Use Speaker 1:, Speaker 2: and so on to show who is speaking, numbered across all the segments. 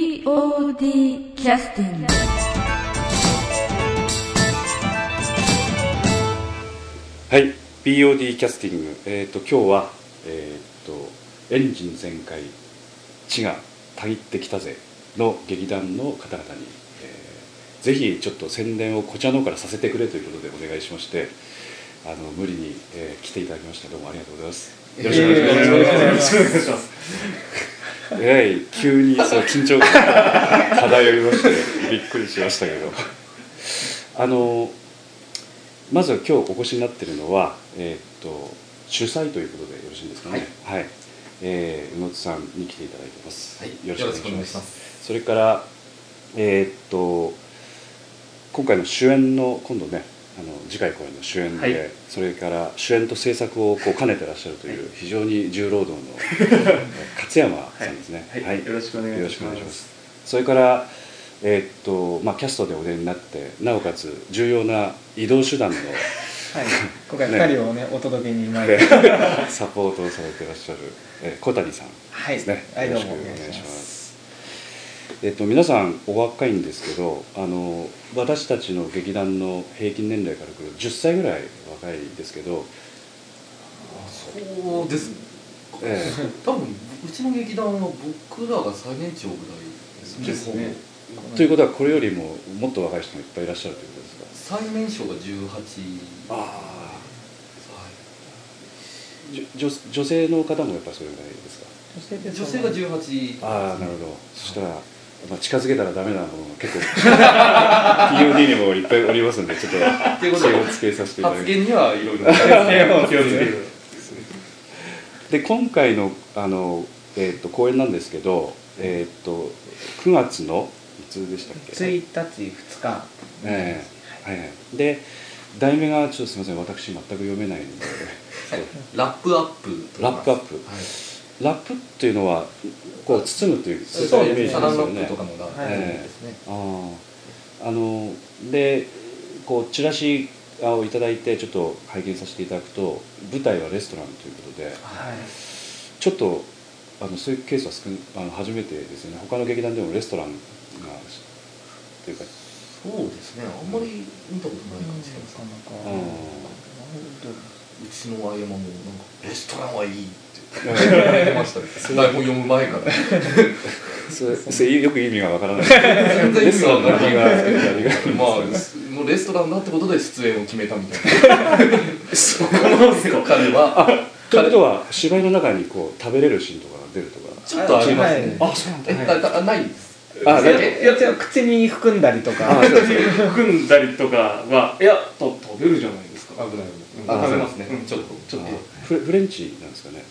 Speaker 1: POD キャスティング
Speaker 2: はい、BOD キャスティング、えー、と今日は、えー、とエンジン全開血がたぎってきたぜの劇団の方々に、えーぜひちょっと宣伝をこちらの方からさせてくれということでお願いしましてあの無理に、えー来ていただきましたどうもありがとうございますよろしくお願いします、えらい急にそう緊張感が漂いましてびっくりしましたけどあのまずは今日お越しになっているのは、えーっと主催ということでよろしいんですかねはい、えー宇野津さんに来ていただいてます、
Speaker 3: はいよろしくお願いします
Speaker 2: それからえーっと今回の主演の今度ねあの次回公演の主演で、
Speaker 3: はい
Speaker 2: それから主演と制作をこう兼ねてらっしゃるという非常に重労働 の勝山さんですね、
Speaker 3: はいはいよろしくお願いします
Speaker 2: よろくおそれから、えーっとまあ、キャストでお出になってなおかつ重要な移動手段の
Speaker 4: はい、今回2人をねお届けに参り
Speaker 2: え
Speaker 4: まし
Speaker 2: ー サポートをされてらっしゃる、えー小谷さん
Speaker 4: たはい、
Speaker 2: ですね、
Speaker 4: はい、
Speaker 2: よ
Speaker 4: ど
Speaker 2: ろしく
Speaker 4: うも
Speaker 2: お
Speaker 4: お願
Speaker 2: 願い
Speaker 4: い
Speaker 2: し
Speaker 4: し
Speaker 2: ま
Speaker 4: ます
Speaker 2: すえっと、皆さんお若いんですけどあの私たちの劇団の平均年齢からくる10歳ぐらい若いですけど、
Speaker 3: そうですね
Speaker 2: え
Speaker 3: 多分うちの劇団は僕らが最年長ぐらいですね
Speaker 4: ですね
Speaker 2: えということはこれよりももっと若い人もいっぱいいらっしゃるということですか
Speaker 3: 最年少が18はい
Speaker 2: あ女女性の方もやっぱりそれぐらいですか
Speaker 4: そして
Speaker 3: 女性が18
Speaker 2: ああなるほどそしたら、まあ、近づけたらダメなものが結構 POD にもいっぱいおりますんでちょっと
Speaker 3: というこ
Speaker 2: 気
Speaker 3: とで
Speaker 2: をつけさせていただ
Speaker 3: 発
Speaker 2: き
Speaker 3: 言にはいろいろ
Speaker 4: 気をつけ て
Speaker 2: ますで今回のあの、えー、と公演なんですけど、えー、と9月のいつでしたっけ
Speaker 4: 1日2日
Speaker 2: ええはいはい、で題名がちょっとすみません私全く読めないので
Speaker 3: ラップアップとか
Speaker 2: ラップアップ
Speaker 3: はい
Speaker 2: ラップっていうのはこう包むという
Speaker 3: そう
Speaker 4: そう
Speaker 2: い
Speaker 3: で
Speaker 2: イメージです
Speaker 3: すねサランラ
Speaker 2: よ
Speaker 3: ッ
Speaker 2: ね
Speaker 3: プとかのラップ
Speaker 4: はい
Speaker 3: ですね
Speaker 2: あああのでこうチラシをいただいてちょっと拝見させていただくと舞台はレストランということで
Speaker 4: はい
Speaker 2: ちょっとあのそういうケースは少なあの初めてですよね他の劇団でもレストランがというか
Speaker 3: そうですねあんまり見たことない感じがします
Speaker 4: なかなか
Speaker 2: うん
Speaker 3: うちの YMO もなんかレストラン はいいって言ってましたね台本読む前から
Speaker 2: それそれよく意味がわからないレストランの意味がありが
Speaker 3: まあすもうレストランだってことで出演を決めたみたいなそこ彼は
Speaker 2: ということは芝居の中にこう食べれるシーンとかが出るとか
Speaker 3: ちょっとあります
Speaker 4: はい
Speaker 3: ね
Speaker 2: あそうなん
Speaker 3: えななないんです
Speaker 2: あない
Speaker 4: いやいや口に含んだりとか
Speaker 2: あそうです
Speaker 5: 組んだりとかは、いや、と食べるじゃないですか。
Speaker 3: 危ない危
Speaker 2: あ
Speaker 3: 食べ
Speaker 2: そう
Speaker 3: ますね、ちょっとちょっと
Speaker 2: フレフレンチなんですかね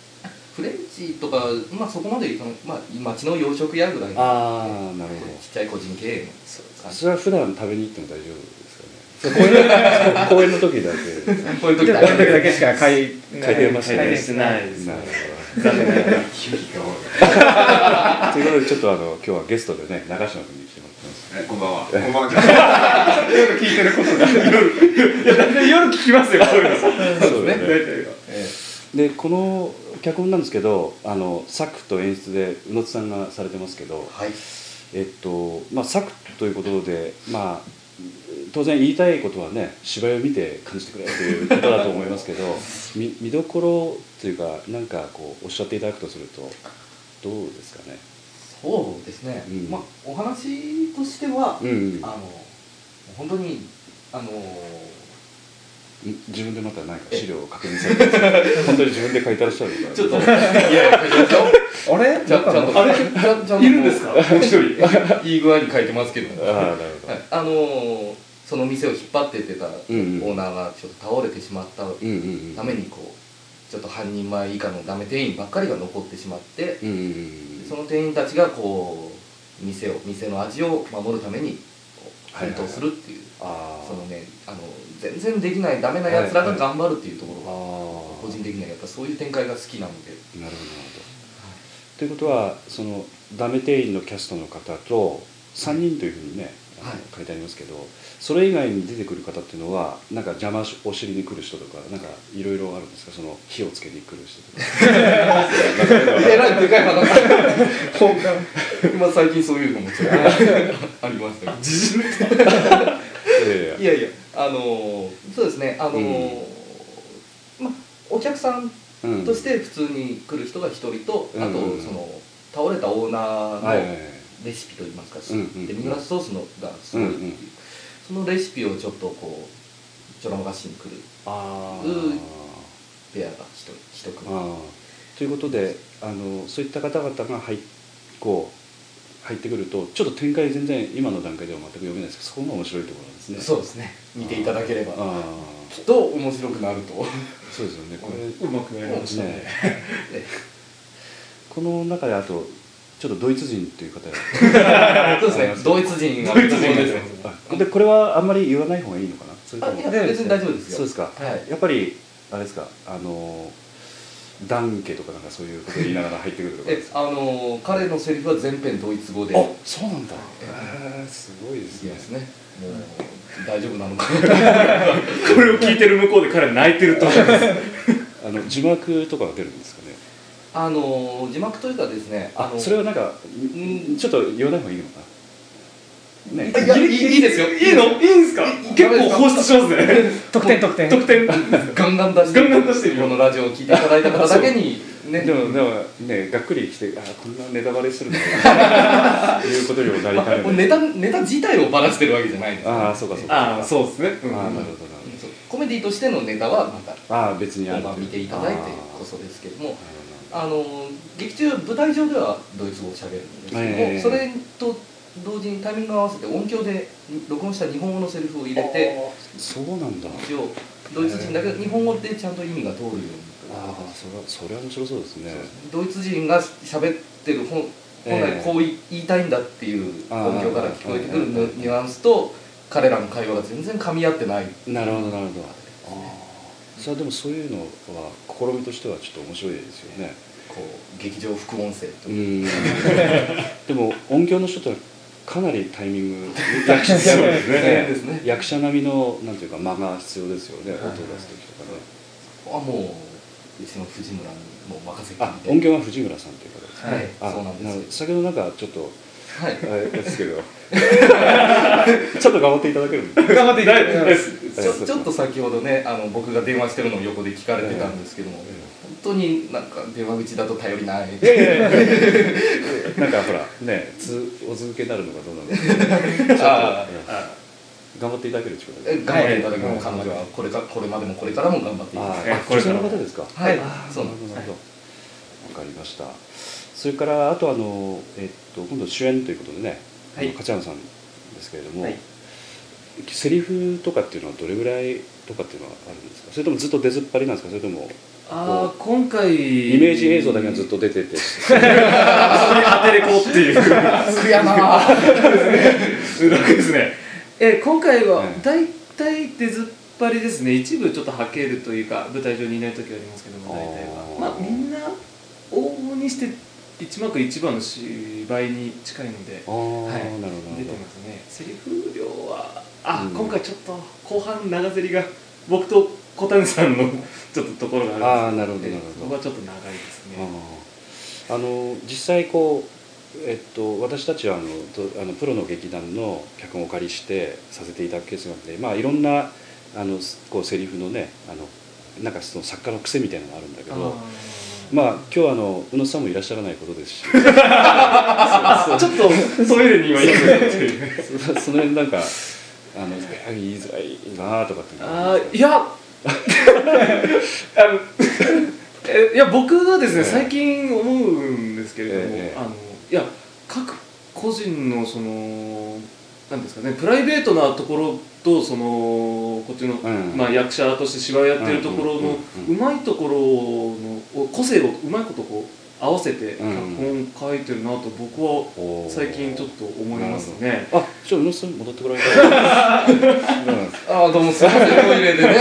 Speaker 3: フレンチとか、まあ、そこまでいかない、まあ、町の洋食屋ぐらいの
Speaker 2: ああなる
Speaker 3: ち
Speaker 2: ほど
Speaker 3: っちゃい個人経営の感じ
Speaker 2: それは普段食べに行っても大丈夫ですかね公演の公演の時だけ
Speaker 3: こういう時
Speaker 4: で
Speaker 3: だ
Speaker 4: も
Speaker 3: け
Speaker 4: この時だけしか買い
Speaker 2: 書いてますよね
Speaker 4: 買
Speaker 5: で
Speaker 4: え
Speaker 5: す
Speaker 4: て
Speaker 5: な
Speaker 4: ない
Speaker 5: いです
Speaker 2: なる
Speaker 5: ね。
Speaker 2: ほどということでちょっとあの今日はゲストでね長島君に来てもらってます
Speaker 6: えこんばんは。こんばんは。
Speaker 5: 夜聞きますよ、こういうの。
Speaker 2: そうだ
Speaker 5: 大
Speaker 2: ね
Speaker 5: 体が
Speaker 3: え
Speaker 2: でこの脚本なんですけどあの作と演出で宇野津さんがされてますけど
Speaker 3: え、はい
Speaker 2: えっとまあ作ということでまあ当然言いたいことはね芝居を見て感じてくれということだと思いますけ ど見見どころというかなんかこうおっしゃっていただくとするとどうですかね
Speaker 3: そうですね、
Speaker 2: うん
Speaker 3: まあお話としては、
Speaker 2: うんうん
Speaker 3: あの本当にあの
Speaker 2: 自分でまた何か資料を確認されてます 本当に自分で書いてらっしゃるのか
Speaker 3: ちょっといやいや書いてますよ
Speaker 4: あれ
Speaker 3: ちゃんちゃんと
Speaker 5: あれ
Speaker 3: ちゃんちゃんと
Speaker 5: いるんですか
Speaker 3: もう一人いい具合に書いてますけど
Speaker 2: ああなるほど
Speaker 3: はいあのーその店を引っ張ってってたオ
Speaker 2: んうん
Speaker 3: ーナーがちょっと倒れてしまった
Speaker 2: うんうんうん
Speaker 3: ためにこうちょっと半人前以下のダメ店員ばっかりが残ってしまって
Speaker 2: うんうんうん
Speaker 3: その店員たちがこう店を店の味を守るためにこう奮闘するっていう
Speaker 2: ああ
Speaker 3: そのねあの全然できないダメなやつらが頑張るっていうとこ
Speaker 2: あ
Speaker 3: ろが
Speaker 2: あ
Speaker 3: 個人的にはやっぱそういう展開が好きなので
Speaker 2: なるほどなるほどということはそのダメ店員のキャストの方と3人というふうにねあ書いてありますけど、それ以外に出てくる方っていうのはなんか邪魔しお尻に来る人とかなんかいろいろあるんですかその火をつけに来る人とか
Speaker 3: えらいでかい花がまあ最近そういうのもちょっとありましたけど
Speaker 2: え
Speaker 3: いやいやあのーそうですねあのーまあお客さん
Speaker 2: えうん
Speaker 3: として普通に来る人が一人と、
Speaker 2: うん
Speaker 3: あと
Speaker 2: うん
Speaker 3: その倒れたオーナ
Speaker 2: はいはいはい
Speaker 3: ーのレシピといいますか、
Speaker 2: うんうん
Speaker 3: デミグラスソースのがすごいってい
Speaker 2: うん
Speaker 3: う、
Speaker 2: うん
Speaker 3: そのレシピをちょっとこうドラマ合しに来る
Speaker 2: あ
Speaker 3: うん
Speaker 2: ー
Speaker 3: ペアが一人一組
Speaker 2: ああということであのそういった方々が入っこう入ってくるとちょっと展開全然今の段階では全く読めないですけどそこが面白いところなんですね
Speaker 3: そうですね見ていただければ
Speaker 2: あ
Speaker 3: きっと面白くなると
Speaker 2: あそうですよねこれ、
Speaker 4: うまくやりましたね
Speaker 2: ねこの中であとちょっとドイツ人という方が
Speaker 3: そうですねドイツ人がドイツ人です
Speaker 2: あでこれはあんまり言わない方がいいのかなそれと
Speaker 3: あ
Speaker 2: も
Speaker 3: いや別に大丈夫ですよ
Speaker 2: そうですか
Speaker 3: はい
Speaker 2: やっぱりあれですかあのダンケとかなんかそういうこと言いながら入ってくるとかで
Speaker 3: え
Speaker 2: すか
Speaker 3: あのー彼のセリフは全編ドイツ語で
Speaker 2: あそうなんだへえすごいで
Speaker 3: ですき
Speaker 2: ね
Speaker 3: ますねもう大丈夫なのか
Speaker 5: これを聞いてる向こうで彼は泣いてると思います
Speaker 2: あの字幕とかが出るんですかね
Speaker 3: あのー字幕というかですねあ
Speaker 2: あ
Speaker 3: の
Speaker 2: それはなんかんちょっと言わない方がいいのかなね
Speaker 3: いやいいいいですよ
Speaker 5: いいのいいんですか
Speaker 3: いい
Speaker 5: 結構放出しますね
Speaker 4: 得点得点
Speaker 5: 得点
Speaker 3: ガンガン出して
Speaker 5: ガンガン出してるよ
Speaker 3: このラジオを聞いていただいた方だけにね
Speaker 2: でもでもねがっくりきてあこんなネタバレする のかないうことにもなりかね
Speaker 3: もう
Speaker 2: ない
Speaker 3: ネタネタ自体をバラしてるわけじゃないんです
Speaker 2: ああそうかそうか
Speaker 5: ああそうですねう
Speaker 2: あ
Speaker 5: ん
Speaker 2: あなるほどなる
Speaker 3: そうコメディとしてのネタはまた
Speaker 2: ほどああ別にあ
Speaker 3: 今
Speaker 2: ると
Speaker 3: 晩見ていただいてこそですけども
Speaker 2: あ
Speaker 3: あの劇中舞台上ではドイツ語を喋るんですけども、
Speaker 2: ええ
Speaker 3: それと同時にタイミングを合わせて音響で録音した日本語のセリフを入れて
Speaker 2: あそうなんだ
Speaker 3: 一応ドイツ人だけど日本語でちゃんと意味が通るように
Speaker 2: ああそれはそれは面白そうですね
Speaker 3: ドイツ人が喋ってる本本
Speaker 2: ええ
Speaker 3: 来こうい言いたいんだっていう音響から聞こえてくる
Speaker 2: あ
Speaker 3: ニ
Speaker 2: あ
Speaker 3: ュアンスと彼らの会話が全然噛み合ってない
Speaker 2: なるほどなるほどああそれはでもそういうのは試みとしてはちょっと面白いですよね
Speaker 3: こう劇場副音声
Speaker 2: う
Speaker 3: と
Speaker 2: ーん でも音響の人とはかなりタイミングが 必要ですね
Speaker 3: そうですね
Speaker 2: 役者並みのなんていうか間が必要ですよね、
Speaker 3: はい
Speaker 2: 音を出す時とかね
Speaker 3: あもううちの藤村にもう任せて
Speaker 2: あ
Speaker 3: みて
Speaker 2: 音響は藤村さんという方ですね、
Speaker 3: はい
Speaker 2: あ
Speaker 3: そうなんですよ
Speaker 2: 先ほどなんかちょっと
Speaker 3: はい
Speaker 2: あれです けど ちょっと頑張っていただけるんで
Speaker 4: 頑張っていきたい
Speaker 5: 大です
Speaker 3: ちょちょっと先ほどねあの僕が電話してるのを横で聞かれてたんですけども、本当になんか電話口だと頼りない、
Speaker 2: いやいやいやいや なんかほらねつお続けになるのかどうなのかちょっと
Speaker 3: あ
Speaker 2: うん
Speaker 5: あ
Speaker 2: 頑張っていただける力
Speaker 3: え
Speaker 2: で
Speaker 3: 頑張っていただきます、彼女はこれかこれまでもこれからも頑張っていきま
Speaker 2: あ
Speaker 3: す
Speaker 5: え
Speaker 2: あ
Speaker 5: こ
Speaker 2: 女
Speaker 5: れか
Speaker 2: 性
Speaker 5: ら
Speaker 2: の方ですか
Speaker 3: はい
Speaker 2: あー
Speaker 3: そう
Speaker 2: な
Speaker 3: な
Speaker 2: る
Speaker 3: ん
Speaker 2: ほど
Speaker 3: です
Speaker 2: なるほどわかりましたそれからあとあの、えっと、今度主演ということでね、
Speaker 5: はい
Speaker 2: あの勝山さんですけれども、
Speaker 5: はい
Speaker 2: セリフとかっていうのはどれぐらいとかっていうのはあるんですかそれともずっと出ずっぱりなんですかそれとも
Speaker 5: あー今回イ
Speaker 2: イメージ映像だけがずっと出てて、
Speaker 5: 当てれこっていう
Speaker 3: 悔やなー
Speaker 5: 楽ですねえ今回は
Speaker 2: うん
Speaker 5: 大体出ずっぱりですね一部ちょっとはけるというか舞台上にいない時はありますけども大体は
Speaker 2: あー
Speaker 5: まあみんな往々にして一幕一番の芝居に近いので
Speaker 2: ああ、
Speaker 5: はい
Speaker 2: なるほどなる
Speaker 5: 出て
Speaker 2: ほど
Speaker 5: ますねセリフ量はあ、
Speaker 2: うん
Speaker 5: 今回ちょっと後半長ゼリが僕と小谷さんの ちょっとところがあるんですけ
Speaker 2: あーなるほどなるほど
Speaker 5: そこはちょっと長いですね
Speaker 2: あーあの実際こう、えっと、私たちはあのとあのプロの劇団の脚本をお借りしてさせていただくケースがあって、まあ、いろんなあのすこうセリフのねあのなんかその作家の癖みたいなのがあるんだけどまあ今日はあの宇野さんもいらっしゃらないことですし
Speaker 5: あちょっ とそういうのに今言ってるっていう
Speaker 2: そその 辺なんかあの言いづらいなあとかっていうのは
Speaker 5: あーいや あのえいや僕はです
Speaker 2: え
Speaker 5: ね、
Speaker 2: え
Speaker 5: 最近思うんですけれども、
Speaker 2: ええ
Speaker 5: あのいや各個人のそのなんですかねプライベートなところとそのこっちの、
Speaker 2: うん
Speaker 5: まあ、役者として芝居やってるところの
Speaker 2: うんうんうんう
Speaker 5: うんまいところのを個性をうまいことこう合わせて脚
Speaker 2: うん
Speaker 5: 本書いてるなと僕は
Speaker 2: おー
Speaker 5: 最近ちょっと思いますね。
Speaker 2: あちょっと宇野さん戻ってこられた うん
Speaker 3: あーどうもすいませんトイレでね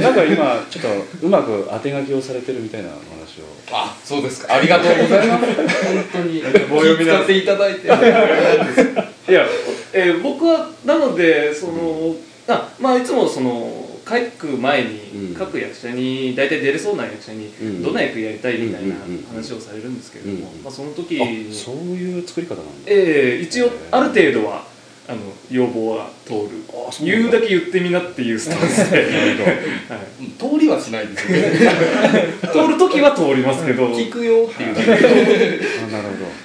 Speaker 2: なんか今ちょっとうまく当て書きをされてるみたいなお話を
Speaker 3: あそうですかあ りがとうございます本当に
Speaker 5: 棒読みだ
Speaker 3: 気遣っていただいて
Speaker 5: いやえー僕はなのでその、あまあいつもその書く前
Speaker 2: う
Speaker 5: に
Speaker 2: ん
Speaker 5: 各役者に大体出れそうな役者に
Speaker 2: うん
Speaker 5: どんな役やりたいみ
Speaker 2: うん
Speaker 5: たいな
Speaker 2: うんうんうん
Speaker 5: 話をされるんですけれども、
Speaker 2: うん
Speaker 5: まあ、その時
Speaker 2: あ
Speaker 5: に
Speaker 2: そういう作り方なんだ
Speaker 5: えー一応
Speaker 2: へー
Speaker 5: ある程度はあの要望は通る
Speaker 2: あそうなん
Speaker 5: 言うだけ言ってみなっていうスタン スで、はい
Speaker 3: 通りはしないですよね
Speaker 5: 通る時 は通りますけど
Speaker 3: 聞くよっていうだけ
Speaker 2: あなるほど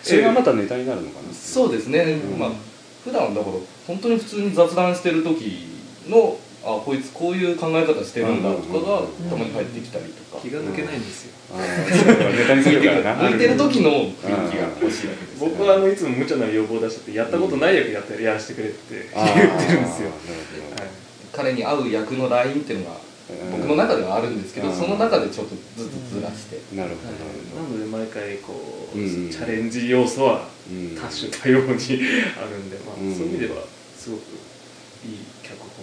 Speaker 2: それがまたネタになるのかな、
Speaker 3: そうですね、
Speaker 2: ん
Speaker 3: まあ普段だから本当に普通に雑談してる時のあこいつこういう考え方してるんだとかが
Speaker 2: うん
Speaker 3: たまに返ってきたりとか
Speaker 5: 気が抜けないんですよ、
Speaker 2: あーそれはネタにす
Speaker 3: 向い
Speaker 2: る
Speaker 3: て
Speaker 2: か
Speaker 3: る
Speaker 2: らな
Speaker 3: 向いてる時の雰囲気が欲しいだけです、
Speaker 5: 僕はあのいつも無茶な要望出しちゃってやったことない役やってやらせてくれって言
Speaker 2: あー
Speaker 5: ってるんですよ、
Speaker 2: なる
Speaker 5: はい
Speaker 3: 彼に合う役のラインっていうのが
Speaker 2: うん
Speaker 3: 僕の中ではあるんですけど、
Speaker 2: うん
Speaker 3: その中でちょっとずつずらして、
Speaker 2: ほどなるほどなる
Speaker 5: なので毎回こう、
Speaker 2: うん
Speaker 5: チャレンジ要素は
Speaker 2: ほどうん
Speaker 5: 多種多様にあるんで、まあ
Speaker 2: うん
Speaker 5: そういう意味ではすごくいい脚本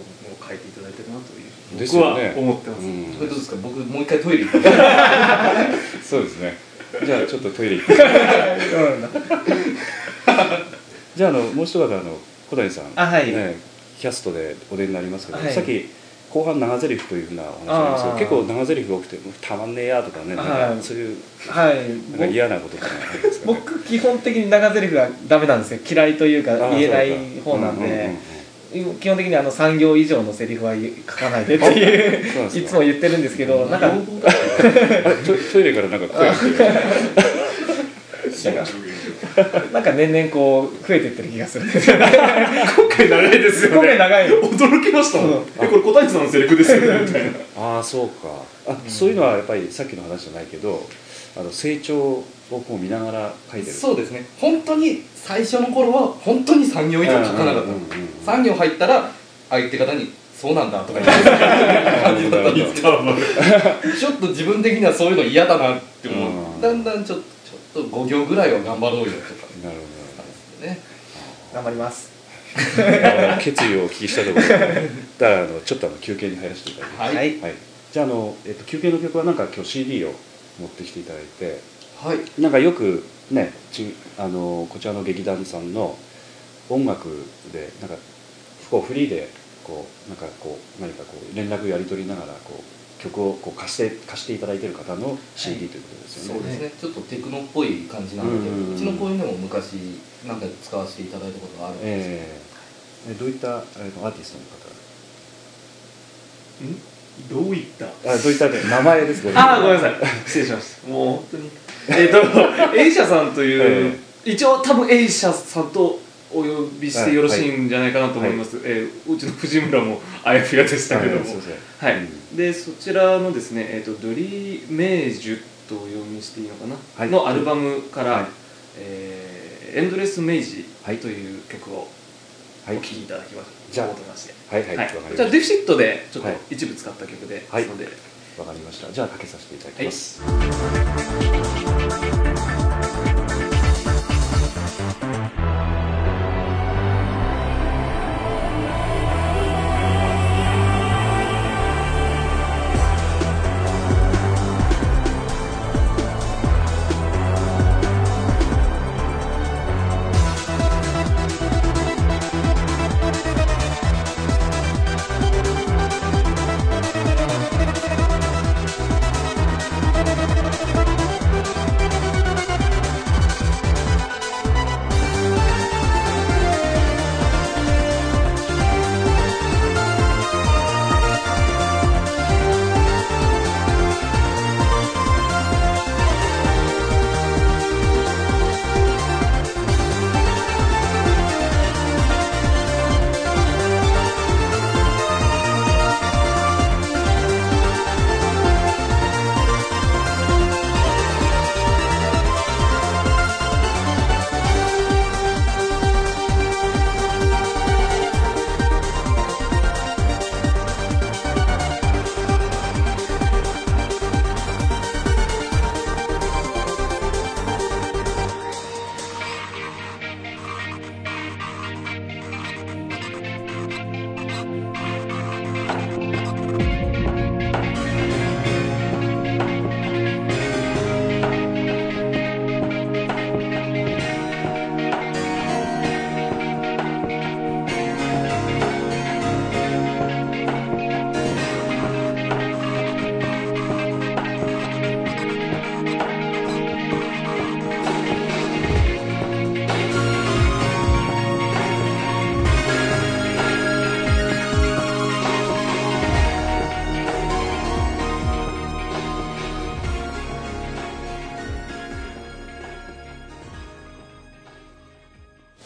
Speaker 5: を書いていただいてるなというふうに
Speaker 2: です
Speaker 5: 僕は
Speaker 2: よね
Speaker 5: 思ってます
Speaker 2: うん
Speaker 3: これどうですか僕もう一回トイレ行って
Speaker 2: そうですねじゃあちょっとトイレ行 って
Speaker 4: うん
Speaker 2: じゃああのもう一方あの小谷さん
Speaker 4: あはい
Speaker 2: ねキャストでお出になりますけど、
Speaker 4: はい
Speaker 2: さっき後半長台詞というふうなお話なんですけど
Speaker 4: あー
Speaker 2: 結構長台詞が多くてたまんねえやとかねなん
Speaker 4: は
Speaker 2: か
Speaker 4: い
Speaker 2: そういうなんか
Speaker 4: はい
Speaker 2: 嫌なこととかありますかね
Speaker 4: 僕基本的に長台詞がダメなんですよ嫌いという
Speaker 2: あ
Speaker 4: か
Speaker 2: ー
Speaker 4: 言えない
Speaker 2: そう
Speaker 4: 方
Speaker 2: か
Speaker 4: なん
Speaker 2: うう
Speaker 4: で
Speaker 2: ん
Speaker 4: 基本的にあの3行以上のセリフは言う書かないでっていう
Speaker 2: そうなんです
Speaker 4: い
Speaker 2: か
Speaker 4: つも言ってるんですけどなん
Speaker 2: あ
Speaker 4: か
Speaker 2: れトイトイレからなんか声が聞こ
Speaker 4: なんか年々こう増えてってる気がするんですよ
Speaker 5: 今回長いです
Speaker 4: すご
Speaker 5: よ
Speaker 4: い
Speaker 5: ね
Speaker 4: 長いの
Speaker 5: 驚きましたもん
Speaker 4: うん
Speaker 5: えこれ小谷さんのセリフですよね みたいな
Speaker 2: えるああそうかあ、そういうのはやっぱりさっきの話じゃないけどあの成長をこう見ながら書いてる
Speaker 3: そうですね本当に最初の頃は本当に3行以上書かなかった、
Speaker 2: うんうんうんうん
Speaker 3: 3行入ったら相手方に「そうなんだ」とか言って感じだったんですけどちょっと自分的にはそういうの嫌だなって思う、
Speaker 2: うん
Speaker 3: だんだんちょちょっと5行ぐらいは頑張ろうよとか
Speaker 2: なる
Speaker 3: ね
Speaker 4: 頑張ります
Speaker 2: ほどあの決意をお聞きしたいところでだからあのちょっとあの休憩に入らせていただきます
Speaker 3: はい
Speaker 4: は
Speaker 3: はい、
Speaker 4: い
Speaker 2: はい、じゃああの、えっと、休憩の曲はなんか今日 CD を持ってきていただいてなんかよくねちあのこちらの劇団さんの音楽でなんかこうフリーでこうなんかこう何かこう連絡やり取りながらこう曲をこう貸して貸していただいてる方の CD、ということですよ
Speaker 3: そ
Speaker 2: ね
Speaker 3: うですね、ちょっとテクノっぽい感じなので、
Speaker 2: う
Speaker 3: うん
Speaker 2: うんうん
Speaker 3: ちの公演でも昔なんか使わせていただいたことがあるんで
Speaker 2: えええ
Speaker 3: すけど、
Speaker 2: どういったあのアーティストの方
Speaker 5: どういった
Speaker 2: あどういった名前ですけど
Speaker 5: あーごめんなさい失礼しましたもう本当にえっ、とエイシャさんという、
Speaker 2: え
Speaker 5: 一応多分エイシャさんとお呼びしてよろしいんじゃないかなと思います、えーうちの藤村もあやふやでしたけども
Speaker 2: はいそうですね
Speaker 5: はい、
Speaker 2: うん
Speaker 5: でそちらのですね「えー、とドリーメージュ」とお読みしていいのかな、
Speaker 2: はい
Speaker 5: のアルバムから「
Speaker 2: はい
Speaker 5: えーエンドレス・メイジ
Speaker 2: はい」
Speaker 5: という曲をお
Speaker 2: はい
Speaker 5: 聴きいただきまし
Speaker 2: じ
Speaker 5: た、
Speaker 2: ゃあ
Speaker 5: と思ってまして
Speaker 2: はいはい
Speaker 5: はい
Speaker 2: わ、かり
Speaker 5: じゃあ
Speaker 2: ま
Speaker 5: デ
Speaker 2: し
Speaker 5: フィシットでちょっと
Speaker 2: はい
Speaker 5: 一部使った曲で、
Speaker 2: はい
Speaker 5: すので
Speaker 2: たわかりましたじゃあかけさせていただきます、
Speaker 1: 「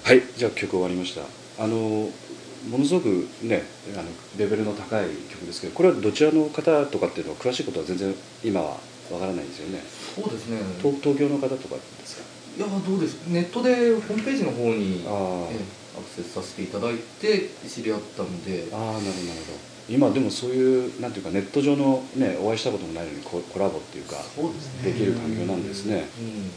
Speaker 2: はいじゃあ曲終わりましたあのものすごくねあのレベルの高い曲ですけどこれはどちらの方とかっていうのは詳しいことは全然今はわからないんですよね
Speaker 3: そうですね
Speaker 2: 東東京の方とかですか
Speaker 3: いやどうですネットでホームページの方に
Speaker 2: あー
Speaker 3: ええアクセスさせていただいて知り合ったので
Speaker 2: あーなるほどなるほど今でもそういうなんていうかネット上のねお会いしたこともないのにココラボっていうか
Speaker 3: そうです
Speaker 2: で
Speaker 3: ね
Speaker 2: きる環境なんですね
Speaker 3: うん
Speaker 2: うん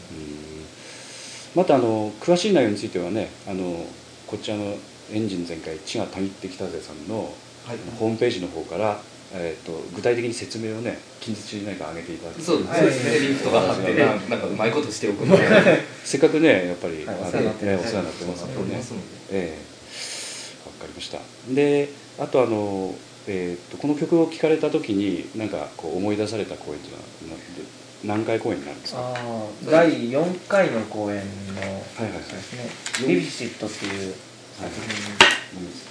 Speaker 2: またあの詳しい内容についてはねあのこちらのエンジン全開「地がたぎってきたぜ」さんの
Speaker 3: はい
Speaker 2: ホームページの方から、えー、と具体的に説明をね近日中に何か上げていただく
Speaker 3: そうですね、
Speaker 4: はい
Speaker 3: リンクとか貼ってななんかうまいことしておくので
Speaker 2: せっかくねやっぱり、
Speaker 4: はい
Speaker 2: あの
Speaker 4: お世話になって
Speaker 2: ね
Speaker 4: ま
Speaker 2: お
Speaker 4: す
Speaker 2: 世話になってます
Speaker 3: や
Speaker 2: か
Speaker 3: っ
Speaker 2: ら
Speaker 3: ており
Speaker 2: ね
Speaker 3: ますので
Speaker 2: ええわかりましたであとあの、えー、とこの曲を聴かれた時に何かこう思い出された公演っていうのはな何回公演になるんですか
Speaker 4: ああ第4回の公演の
Speaker 2: はいはい
Speaker 4: ですね「ディフィシット」っていう
Speaker 2: はい
Speaker 4: 作品に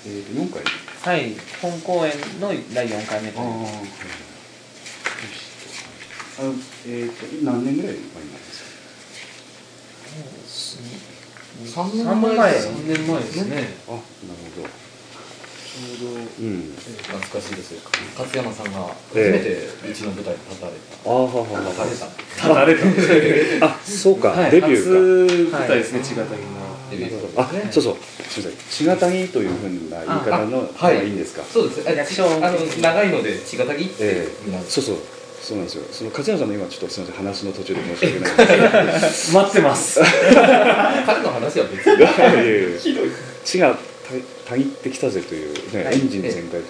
Speaker 2: えー、と4回
Speaker 4: はい本公演の第4回目
Speaker 2: あ
Speaker 4: と
Speaker 2: あ、
Speaker 4: い
Speaker 2: はいは
Speaker 4: う
Speaker 2: いよしあのえっ、と何年ぐらい前になるんですか
Speaker 4: 3年前
Speaker 3: 三年前
Speaker 5: 3年前ですね
Speaker 2: あなるほど
Speaker 5: ちょうど
Speaker 2: うん
Speaker 3: 懐かしいですよ勝山さんが初めてうちの舞台に立たれ
Speaker 2: ああはは
Speaker 3: た、立たれた
Speaker 5: 離れた
Speaker 2: あそうか、
Speaker 4: はい
Speaker 2: デビューか
Speaker 5: 初舞台ですね、千賀谷の
Speaker 3: デビュー曲
Speaker 2: あ
Speaker 3: です
Speaker 2: そ
Speaker 3: ね
Speaker 2: うそうすみません「がたぎ」というふうな言い方の
Speaker 3: あはい
Speaker 2: がいいんですか
Speaker 3: そうですあ
Speaker 4: 役所
Speaker 3: あの長いので血がたぎって
Speaker 2: ええ
Speaker 3: 皆
Speaker 2: そうそうそうなんですよその勝山さんの今ちょっとすみません話の途中で申し訳ないんですけど
Speaker 4: 待ってます
Speaker 3: 彼の話は別に
Speaker 2: いやいやいや血がたたぎってきたぜという、ね
Speaker 4: はい
Speaker 2: エンジン全開と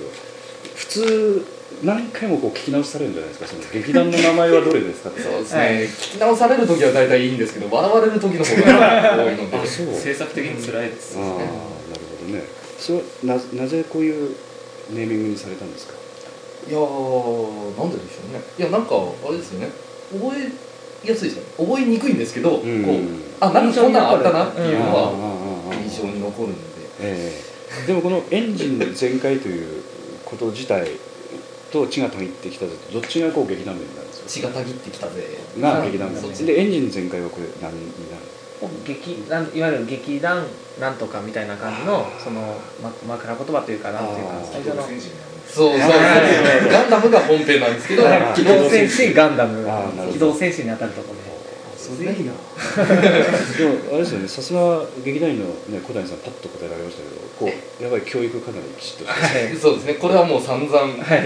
Speaker 2: 普通何回もこう聞き直しされるんじゃないですかその劇団の名前はどれですかって
Speaker 3: そうですね、
Speaker 4: はい
Speaker 3: 聞き直される時は大体いいんですけど笑われる時の方が多いので
Speaker 2: あそう
Speaker 5: 制作的に辛いです
Speaker 2: ああなるほどねそれはななぜこういうネーミングにされたんですか
Speaker 3: いやーなんででしょうねいやなんかあれですよね覚えやすいですよね覚えにくいんですけど、
Speaker 2: うん
Speaker 3: こうあなんかこんなんあったなっていう
Speaker 2: あ
Speaker 3: の
Speaker 2: あああ
Speaker 3: は
Speaker 2: ああ
Speaker 3: 印象に残るので
Speaker 2: ええでもこのエンジン全開ということ自体と血がたぎってきたぜとどっちがこう劇団名になるんです
Speaker 3: 血
Speaker 2: か
Speaker 3: がたぎってきたぜ
Speaker 2: が劇団名
Speaker 3: そっち
Speaker 2: でエンジン全開はこれ何になる
Speaker 4: 劇なんいわゆる劇団なんとかみたいな感じのその、ま、枕言葉というかなんていう
Speaker 2: あ
Speaker 4: か
Speaker 2: ー
Speaker 4: 最初の
Speaker 3: そうそうそ
Speaker 4: は
Speaker 3: う
Speaker 4: い
Speaker 3: ガンダムが本編なんですけど
Speaker 2: はい
Speaker 4: 機動戦士ガンダム
Speaker 2: あーなるほど
Speaker 4: 機動戦士に当たるところ
Speaker 5: それいい
Speaker 2: で
Speaker 5: な
Speaker 2: もあれですよねさすが劇団員の、ね、小谷さんパッと答えられましたけどこうやばい教育かなりきちっとして
Speaker 4: で
Speaker 3: そうですねこれはもう散々
Speaker 4: はい、はい、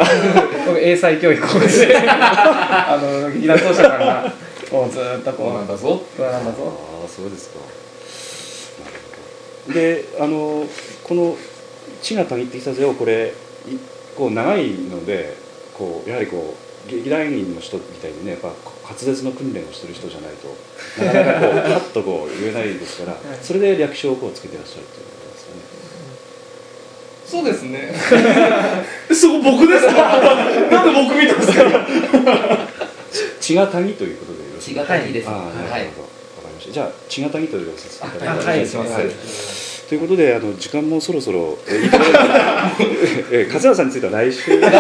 Speaker 4: 僕英才教育をしてあの劇団当初からもうずーっと
Speaker 3: こう
Speaker 4: こ
Speaker 3: なん
Speaker 4: う
Speaker 3: だぞ
Speaker 4: 不安なんだぞ
Speaker 2: ああそうですかなるほどであのこの「地がたぎってきたぜ」をこれいこう長いのでこうやはりこう劇団員の人みたいにねやっぱ滑舌の訓練をしてる人じゃないとなかなかこうパッとこう言えないです からそれで略称をこうつけてらっしゃるということですよね
Speaker 3: そうです ね
Speaker 5: そこ僕ですかなんで僕見たんですか
Speaker 2: 血がたぎということでよろしい
Speaker 3: 血
Speaker 2: です
Speaker 3: が
Speaker 2: か
Speaker 3: たぎです
Speaker 2: ああな
Speaker 3: は
Speaker 2: る
Speaker 3: い
Speaker 2: ほど、わかりましたじゃあ血がたぎと呼ばさせていただ
Speaker 4: あ
Speaker 2: いて、
Speaker 4: は
Speaker 2: お
Speaker 4: い
Speaker 2: 願いし
Speaker 4: は
Speaker 2: ますということであの時間もそろそろえーいいところです えー勝浦さんについては来週
Speaker 4: はい
Speaker 2: は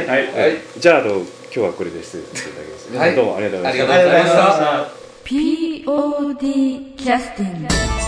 Speaker 2: い、
Speaker 3: はい
Speaker 2: じゃああの今日はこれで失礼させていただきます、
Speaker 3: はい
Speaker 2: どうもありがとうございました
Speaker 3: ありがとうございました
Speaker 1: POD キャスティング